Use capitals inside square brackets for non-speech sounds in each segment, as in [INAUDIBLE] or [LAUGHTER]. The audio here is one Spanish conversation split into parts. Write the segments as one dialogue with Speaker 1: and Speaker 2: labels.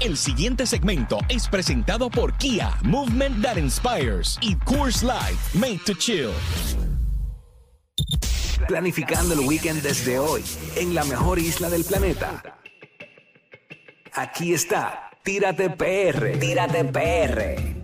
Speaker 1: El siguiente segmento es presentado por Kia, Movement That Inspires y Coors Light, Made to Chill.
Speaker 2: Planificando el weekend desde hoy en la mejor isla del planeta. Aquí está, Tírate PR, Tírate PR.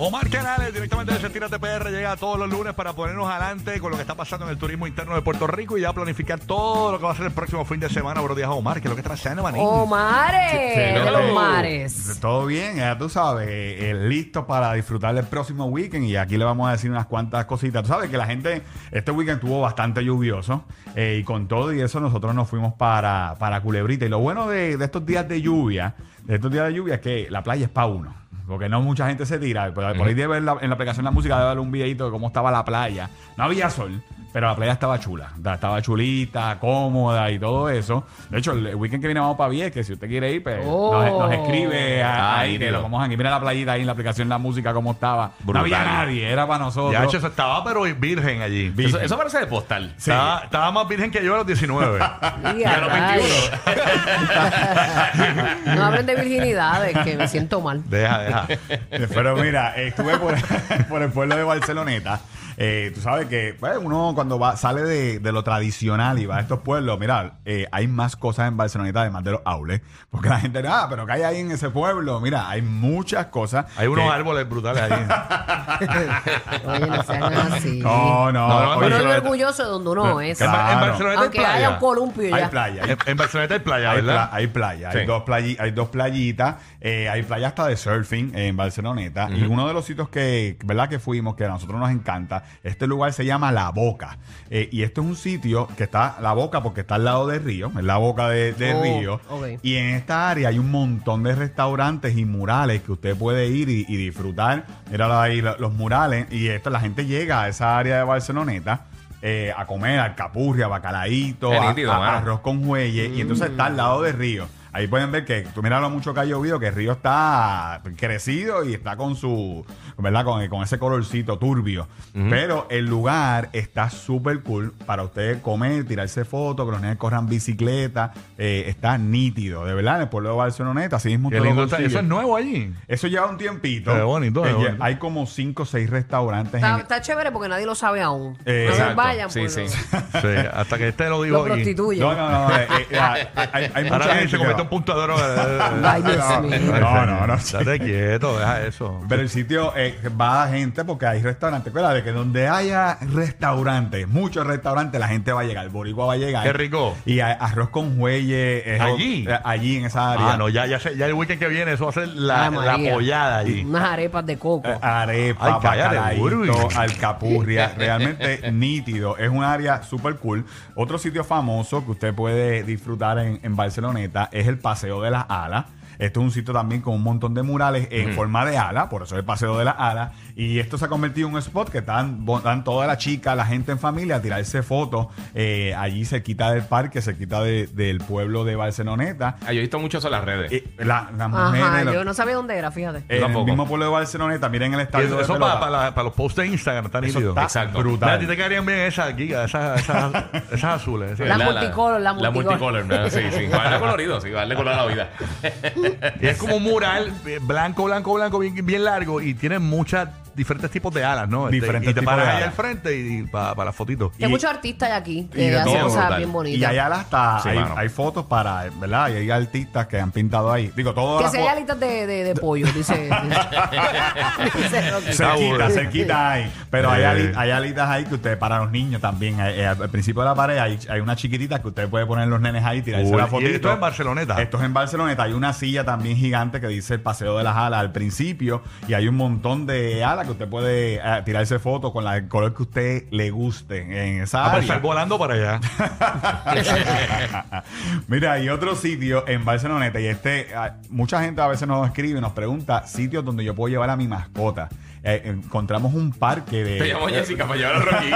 Speaker 3: Omar Canales, directamente de Tírate PR, llega todos los lunes para ponernos adelante con lo que está pasando en el turismo interno de Puerto Rico y ya planificar todo lo que va a ser el próximo fin de semana. Buenos días, Omar, que es lo que está haciendo, Manín.
Speaker 4: Omares.
Speaker 5: É,
Speaker 4: de los mares.
Speaker 5: Pues, Todo bien, ya tú sabes, eh, eh, listo para disfrutar del próximo weekend y aquí le vamos a decir unas cuantas cositas. Tú sabes que la gente, este weekend tuvo bastante lluvioso eh, y con todo y eso nosotros nos fuimos para, para Culebrita. Y lo bueno de, de estos días de lluvia, de estos días de lluvia es que la playa es para uno. Porque no mucha gente se tira. Pero por ahí debe ver la- en la aplicación de la música, debe haber un videito de cómo estaba la playa. No había sol, pero la playa estaba chula. Da- Estaba chulita, cómoda y todo eso. De hecho, el weekend que viene vamos para Vieques. Si usted quiere ir, pues
Speaker 4: Oh.
Speaker 5: nos, nos escribe a-
Speaker 6: Ah,
Speaker 5: ahí.
Speaker 6: nítido.
Speaker 5: que lo vamos aquí. Mira la playita ahí en la aplicación de la música, cómo estaba. No había
Speaker 6: Brutal.
Speaker 5: nadie, era para nosotros.
Speaker 3: Ya, hecho, eso estaba, pero virgen allí.
Speaker 5: Vi-
Speaker 6: Eso, eso parece de postal.
Speaker 5: Sí.
Speaker 3: Estaba, estaba más virgen que yo a los 19.
Speaker 4: Y a rayos. No hablen de virginidades, que me siento mal.
Speaker 3: deja, deja.
Speaker 5: [LAUGHS] Pero mira, eh, estuve por, [LAUGHS] por el pueblo de Barceloneta. Eh, tú sabes que pues, uno cuando va, sale de, de lo tradicional y va a estos pueblos, mira, eh, hay más cosas en Barceloneta además de los aules. Porque la gente, ah, pero ¿qué hay ahí en ese pueblo? Mira, hay muchas cosas.
Speaker 3: Hay unos
Speaker 5: que-
Speaker 3: árboles brutales allí.
Speaker 4: Oye, no sean así.
Speaker 5: No, no,
Speaker 3: No, no,
Speaker 5: oye,
Speaker 4: Pero
Speaker 3: Barceloneta-
Speaker 4: estoy orgulloso de donde uno es.
Speaker 3: En, Ba- en
Speaker 5: Claro.
Speaker 3: Barceloneta hay
Speaker 4: Aunque haya un
Speaker 3: playa.
Speaker 4: columpio
Speaker 5: hay
Speaker 4: ya.
Speaker 5: playa. hay
Speaker 3: En, en Barceloneta hay playa,
Speaker 5: Hay,
Speaker 3: ¿verdad?
Speaker 5: pla- hay playa, hay
Speaker 6: Sí.
Speaker 5: dos playi- hay dos playitas, eh, hay playa hasta de surfing en Barceloneta. Y uno de los sitios que, ¿verdad? que fuimos, que a nosotros nos encanta, este lugar se llama La Boca. Eh, y esto es un sitio que está, La Boca, porque está al lado del río, es la boca de- del
Speaker 4: Oh,
Speaker 5: río.
Speaker 4: ok.
Speaker 5: Y en esta área hay un montón de restaurantes y murales que usted puede ir y, y disfrutar. Mira ahí lo- los murales. Y esto, la gente llega a esa área de Barceloneta. eh, a comer alcapurria, bacalaíto,
Speaker 6: Qué
Speaker 5: a-
Speaker 6: nítido,
Speaker 5: a-
Speaker 6: mano.
Speaker 5: arroz con jueyes y entonces está al lado de Río. Ahí pueden ver que tú mira lo mucho que ha llovido, que Río está crecido y está con su, ¿verdad? Con, con ese colorcito turbio. Pero el lugar está súper cool para ustedes comer, tirarse fotos, que los nenes corran bicicleta. Eh, está nítido, de verdad, en el pueblo de Barceloneta. Así mismo
Speaker 3: Qué
Speaker 5: usted lo
Speaker 3: lindo está.
Speaker 5: consigue.
Speaker 3: Eso es nuevo allí.
Speaker 5: Eso lleva un tiempito.
Speaker 3: Qué bonito, qué
Speaker 5: Eh,
Speaker 3: bonito.
Speaker 5: Hay como 5 o 6 restaurantes.
Speaker 4: Está,
Speaker 5: en-
Speaker 4: está chévere porque nadie lo sabe aún.
Speaker 5: Eh,
Speaker 4: no se
Speaker 5: exacto.
Speaker 4: vayan.
Speaker 6: Sí,
Speaker 4: pues,
Speaker 6: sí.
Speaker 4: Lo,
Speaker 3: Sí, hasta que este lo
Speaker 4: lo
Speaker 3: dijo aquí.
Speaker 4: prostituyen.
Speaker 5: No, no, no. eh, eh, hay, hay- hay mucha
Speaker 3: Ahora
Speaker 5: gente
Speaker 3: se
Speaker 5: que
Speaker 3: comete
Speaker 5: va.
Speaker 3: un punto de
Speaker 4: [LAUGHS]
Speaker 3: droga.
Speaker 4: Ay, Dios mío.
Speaker 5: No, no, no. sí.
Speaker 3: Estate quieto, deja eso.
Speaker 5: Pero el sitio eh, va a gente porque hay restaurantes. Acuérdate que donde haya restaurantes, muchos restaurantes, la gente va a llegar. El boricua va a llegar.
Speaker 3: Qué rico.
Speaker 5: Y a- arroz con jueyes. eh,
Speaker 3: ¿Allí?
Speaker 5: eh, allí, en esa área.
Speaker 3: Ah, no, ya, ya, sé, ya el weekend que viene eso va a ser la,
Speaker 4: Ay,
Speaker 3: la
Speaker 4: María.
Speaker 3: pollada allí.
Speaker 4: Unas arepas de coco.
Speaker 5: Eh, Arepa,
Speaker 3: Ay, cállate,
Speaker 5: bacalaíto,
Speaker 3: Burbi. [LAUGHS]
Speaker 5: alcapurria, realmente nítido. Es un área súper cool. Otro sitio famoso que usted puede disfrutar en, en Barceloneta es el Paseo de las Alas. Esto es un sitio también con un montón de murales en forma de ala, por eso es el Paseo de las Alas. Y esto se ha convertido en un spot que están, están toda la chica, la gente en familia a tirarse fotos eh, allí cerquita del parque, cerquita de- del pueblo de Barceloneta.
Speaker 6: Ah, yo he visto mucho eso en las redes.
Speaker 5: Eh, la- las mujeres,
Speaker 4: Ajá,
Speaker 5: los-
Speaker 4: yo no sabía dónde era, fíjate.
Speaker 5: en el
Speaker 6: tampoco.
Speaker 5: mismo pueblo de Barceloneta, miren el
Speaker 3: Y
Speaker 5: estadio
Speaker 3: Eso,
Speaker 5: de
Speaker 3: eso
Speaker 5: pelota.
Speaker 3: para, para, para los posts de Instagram está
Speaker 5: Eso
Speaker 3: nítido.
Speaker 5: está
Speaker 6: Exacto.
Speaker 3: Mira, A ti
Speaker 5: brutal.
Speaker 3: te quedarían bien esas, Giga, esas, esas,
Speaker 5: [LAUGHS]
Speaker 3: esas azules. esas.
Speaker 4: La
Speaker 6: ¿Verdad?
Speaker 4: multicolor, la
Speaker 6: La
Speaker 4: multicolor.
Speaker 6: multicolor, ¿no? sí, sí. Para darle colorido, sí, para darle color a la vida.
Speaker 3: Y es como un mural eh, blanco, blanco, blanco, bien, bien largo y tiene muchas diferentes tipos de alas, ¿no? Este,
Speaker 5: Diferentes
Speaker 3: y te
Speaker 5: tipos
Speaker 3: paras
Speaker 5: de
Speaker 3: ahí
Speaker 5: alas.
Speaker 3: al frente y, y para, para las fotitos.
Speaker 4: Hay muchos artistas de aquí
Speaker 5: y
Speaker 4: que
Speaker 5: de
Speaker 4: hacen
Speaker 5: todo,
Speaker 4: cosas
Speaker 6: brutal.
Speaker 4: bien
Speaker 5: Y
Speaker 4: bonitas.
Speaker 5: hay alas hasta,
Speaker 6: Sí,
Speaker 5: hay,
Speaker 6: mano.
Speaker 5: hay fotos para, ¿verdad? Y hay artistas que han pintado ahí. Digo, todo
Speaker 4: Que se hay alitas de, de, de pollo, dice.
Speaker 5: [LAUGHS]
Speaker 4: dice Rocky.
Speaker 5: Cerquita,
Speaker 3: Seguro.
Speaker 5: cerquita hay. Pero hay,
Speaker 3: Eh.
Speaker 5: ali- hay alitas ahí que ustedes, para los niños también, eh, eh, al principio de la pared hay, hay una chiquitita que usted puede poner los nenes ahí, tirarse
Speaker 3: Uy,
Speaker 5: la
Speaker 3: y
Speaker 5: fotito.
Speaker 3: esto es en Barceloneta.
Speaker 5: Esto es en Barceloneta. Hay una silla también gigante que dice el Paseo de las Alas al principio y hay un montón de alas que usted puede eh, tirarse fotos con la, el color que usted le guste en esa
Speaker 3: A
Speaker 5: área.
Speaker 3: pasar Ah, pues volando para allá.
Speaker 5: [LAUGHS] Mira, hay otro sitio en Barceloneta y este, ah, mucha gente a veces nos escribe y nos pregunta sitios donde yo puedo llevar a mi mascota. Eh, encontramos un parque de... [LAUGHS]
Speaker 6: Te llamo Jessica para llevar a Rocky.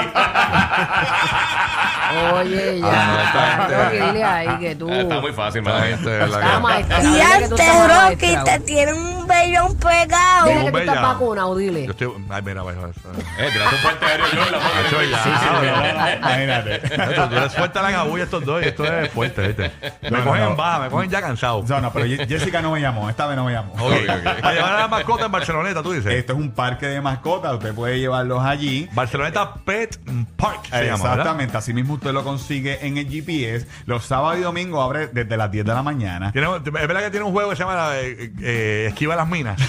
Speaker 4: Oye,
Speaker 6: Ah,
Speaker 4: ya.
Speaker 6: no, está-
Speaker 4: Tengo que irle ahí que
Speaker 5: Uh.
Speaker 4: tú.
Speaker 6: Está muy fácil,
Speaker 3: Esta
Speaker 6: madre mía.
Speaker 3: gente de la
Speaker 4: Está
Speaker 3: que-
Speaker 4: maestra.
Speaker 7: Y
Speaker 4: dile que tú
Speaker 7: antes,
Speaker 4: estás
Speaker 7: Rocky,
Speaker 4: amaestrado.
Speaker 7: te tiene un vellón pegado.
Speaker 4: Dile
Speaker 3: Digo,
Speaker 4: que tú estás
Speaker 3: bella.
Speaker 4: vacunado, dile.
Speaker 3: Yo estoy. Ay, mira, vaya. vaya.
Speaker 6: Eh, tiraste un puente aéreo yo en la
Speaker 5: Ah,
Speaker 6: madre. Ah,
Speaker 3: Eso ya, ya.
Speaker 5: Imagínate.
Speaker 3: Yo les suelta la gabulla a estos dos y esto es fuerte, ¿viste?
Speaker 5: No,
Speaker 3: Me
Speaker 5: no,
Speaker 3: cogen
Speaker 5: no.
Speaker 3: en baja, me cogen ya cansado.
Speaker 5: No, no, pero Je- Jessica no me llamó. Esta vez no me llamó.
Speaker 3: Ok, ok. Para llevar a la mascota en Barceloneta, tú dices.
Speaker 5: Esto es un parque de mascotas. Usted puede llevarlos allí.
Speaker 3: Barceloneta Pet Park se llama, ¿verdad?
Speaker 5: Exactamente, así mismo usted lo consigue en el GPS. Los sábados y domingos abre desde las 10 de la mañana.
Speaker 3: Tiene- es verdad que tiene un juego que se llama la, eh, eh, Esquiva las minas.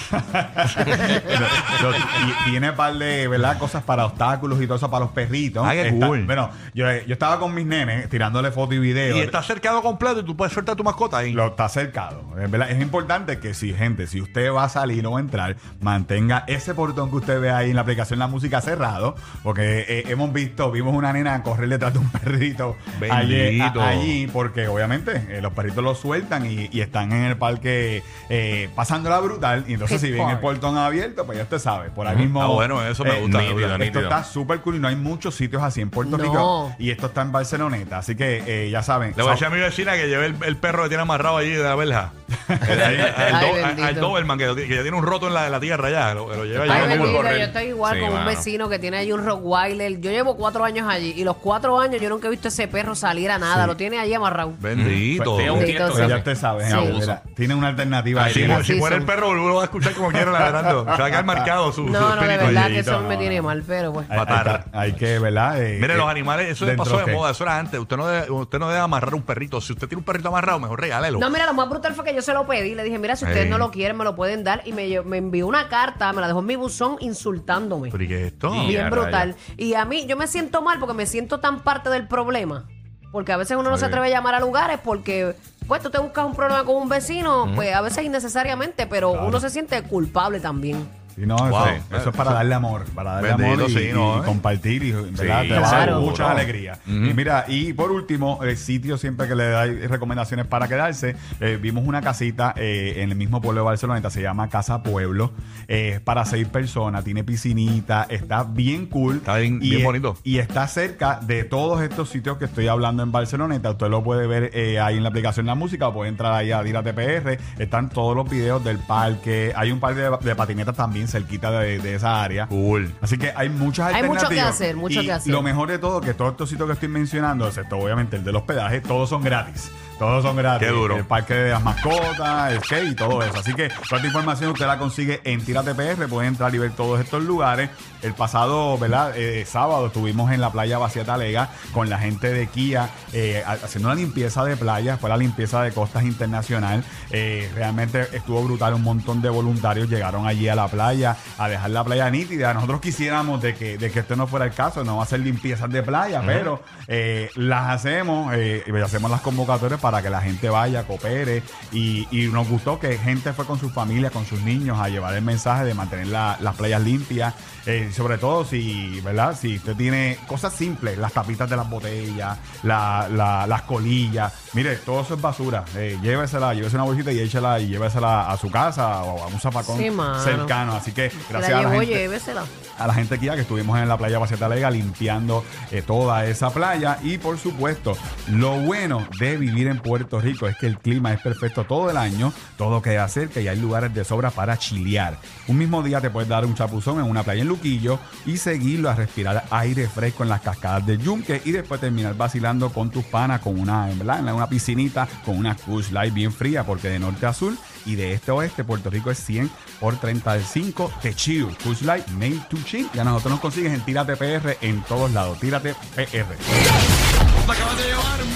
Speaker 5: Lo- y- tiene un par de ¿verdad? cosas para obstáculos y todo eso para los perritos.
Speaker 3: Ah, qué
Speaker 5: Está-
Speaker 3: cool.
Speaker 5: Bueno, yo, yo estaba con mis nenes tirándole fotos y videos.
Speaker 3: y está cercado completo y tú puedes soltar tu mascota ahí.
Speaker 5: Lo está cercado. Es, verdad, es importante que si, gente, si usted va a salir o a entrar, mantenga ese portón que usted ve ahí en la aplicación La Música cerrado, porque eh, hemos visto, vimos una nena correr detrás de un perrito allí,
Speaker 3: Bendito.
Speaker 5: a- allí, porque obviamente eh, los perritos los sueltan y, y están en el parque eh, pasándola brutal. Y entonces,
Speaker 4: Pet
Speaker 5: si ven el
Speaker 4: park.
Speaker 5: portón abierto, pues ya usted sabe, por ahí mismo. eh,
Speaker 3: Ah, bueno, eso me gusta,
Speaker 5: nítido,
Speaker 3: me gusta.
Speaker 5: esto
Speaker 6: Nítido.
Speaker 5: está súper cool y no hay muchos sitios así en Puerto
Speaker 4: No.
Speaker 5: Rico. Y esto está en Barceloneta, así que eh, ya saben.
Speaker 3: Le voy a
Speaker 5: Sa-
Speaker 3: decir a mi vecina que lleve el, el perro que tiene amarrado allí de la verja.
Speaker 5: [LAUGHS]
Speaker 3: El- el- el
Speaker 4: Ay,
Speaker 3: do- a- al
Speaker 4: bendito.
Speaker 3: Doberman, que, lo tiene- que ya tiene un roto en la, en la tierra ya. Lo, lo lleva
Speaker 6: Ay,
Speaker 4: Ay,
Speaker 3: allí.
Speaker 6: bendito.
Speaker 4: bendito,
Speaker 6: correr.
Speaker 4: yo estoy igual
Speaker 6: Sí,
Speaker 4: con un
Speaker 6: mano.
Speaker 4: vecino que tiene ahí un Rottweiler. Yo llevo cuatro años allí y los cuatro años yo nunca he visto ese perro salir a nada. Lo tiene ahí amarrado.
Speaker 3: Bendito.
Speaker 6: Pues,
Speaker 4: Sí,
Speaker 6: tiene un
Speaker 4: entonces-
Speaker 5: Pues
Speaker 6: quieto,
Speaker 5: ya te sabes,
Speaker 4: Sí.
Speaker 5: Javier, mira, tiene una alternativa.
Speaker 3: Si,
Speaker 5: ahí.
Speaker 3: mu-
Speaker 4: así
Speaker 3: si muere
Speaker 4: son.
Speaker 3: el perro, uno lo va a escuchar como quiera ladrando. Se va a quedar marcado su, su
Speaker 4: No, no, de
Speaker 3: espíritu.
Speaker 4: verdad
Speaker 5: allí,
Speaker 4: que eso
Speaker 5: no,
Speaker 4: me
Speaker 5: no,
Speaker 4: tiene
Speaker 5: no.
Speaker 4: mal, pero pues.
Speaker 5: Hay- hay
Speaker 3: Matar.
Speaker 5: que- Hay que, ¿verdad? Eh,
Speaker 3: Mire,
Speaker 5: eh,
Speaker 3: los animales, eso
Speaker 5: dentro
Speaker 3: pasó de
Speaker 5: que-
Speaker 3: moda, eso era antes. Usted no, debe, usted no debe amarrar un perrito. Si usted tiene un perrito amarrado, mejor regálelo.
Speaker 4: No, mira, lo más brutal fue que yo se lo pedí. Le dije, mira, si ustedes
Speaker 3: Ey.
Speaker 4: no lo quieren, me lo pueden dar. Y me, lle- me envió una carta, me la dejó en mi buzón insultándome.
Speaker 3: ¿Pero y qué es esto?
Speaker 6: Y-
Speaker 4: Bien
Speaker 6: a
Speaker 4: brutal. Y a mí, yo me siento mal porque me siento tan parte del problema. Porque a veces uno no se
Speaker 6: Ok.
Speaker 4: atreve a llamar a lugares porque, pues, tú te buscas un problema con un vecino, pues a veces innecesariamente, pero uno se siente culpable también.
Speaker 5: sí, no, eso-
Speaker 3: Wow.
Speaker 5: eso, es para darle amor, para darle
Speaker 3: Bendito,
Speaker 5: amor y,
Speaker 3: sí, no,
Speaker 5: y
Speaker 3: eh.
Speaker 5: compartir y ¿verdad?
Speaker 6: Sí,
Speaker 5: te va a dar
Speaker 4: claro.
Speaker 5: muchas alegrías. Y mira, y por último, el sitio siempre que le dais recomendaciones para quedarse, eh, vimos una casita eh, en el mismo pueblo de Barcelona, se llama Casa Pueblo, eh, es para seis personas, tiene piscinita, está bien cool.
Speaker 3: Está bien-
Speaker 5: y
Speaker 3: bien
Speaker 5: es-
Speaker 3: bonito.
Speaker 5: Y está cerca de todos estos sitios que estoy hablando en Barceloneta. Usted lo puede ver eh, ahí en la aplicación La Música o puede entrar ahí a Dira TPR. Están todos los videos del parque. Hay un parque de, de patinetas también cerquita de, de esa área.
Speaker 3: Cool.
Speaker 5: Así que hay muchas
Speaker 4: Hay mucho
Speaker 5: alternativas.
Speaker 4: que hacer, mucho
Speaker 5: Y
Speaker 4: que hacer.
Speaker 5: Lo mejor de todo, que todos estos sitios que estoy mencionando, excepto obviamente el del hospedaje, todos son gratis. Todos son gratis.
Speaker 3: Qué duro.
Speaker 5: El parque de las mascotas, el skate y todo eso. Así que toda esta información usted la consigue en Tírate PR. Puede entrar y ver todos estos lugares. El pasado ¿verdad? Eh, sábado estuvimos en la playa Vacía Talega con la gente de Kia eh, ha- haciendo una limpieza de playas. Fue la limpieza de costas internacional. Eh, realmente estuvo brutal. Un montón de voluntarios llegaron allí a la playa a dejar la playa nítida. Nosotros quisiéramos de que, de que este no fuera el caso. No va a ser limpiezas de playa, pero eh, las hacemos eh, y hacemos las convocatorias para que la gente vaya, coopere. Y, y nos gustó que gente fue con sus familias, con sus niños, a llevar el mensaje de mantener la- las playas limpias. Eh, sobre todo si, ¿verdad? Si usted tiene cosas simples, las tapitas de las botellas, la- la- las colillas. Mire, todo eso es basura. Eh, llévesela, llévese una bolsita y échela y llévesela a su casa o a un zapacón
Speaker 4: Sí, mano.
Speaker 5: cercano. Así que
Speaker 4: Se
Speaker 5: gracias
Speaker 4: la
Speaker 5: a la
Speaker 4: llevo,
Speaker 5: gente
Speaker 4: llévesela.
Speaker 5: a la gente aquí ya que estuvimos en la playa Paseta Lega limpiando eh, toda esa playa y por supuesto lo bueno de vivir en Puerto Rico es que el clima es perfecto todo el año todo queda cerca y hay lugares de sobra para chilear un mismo día te puedes dar un chapuzón en una playa en Luquillo y seguirlo a respirar aire fresco en las cascadas del Yunque y después terminar vacilando con tus panas con una en verdad, en una piscinita con una Cush Light bien fría porque de norte a sur y de este a oeste, Puerto Rico es 100 por 35. Te chill. Push Light, Mail to Chill. Y a nosotros nos consigues en Tírate PR en todos lados. Tírate PR.
Speaker 3: Te acabas de llevar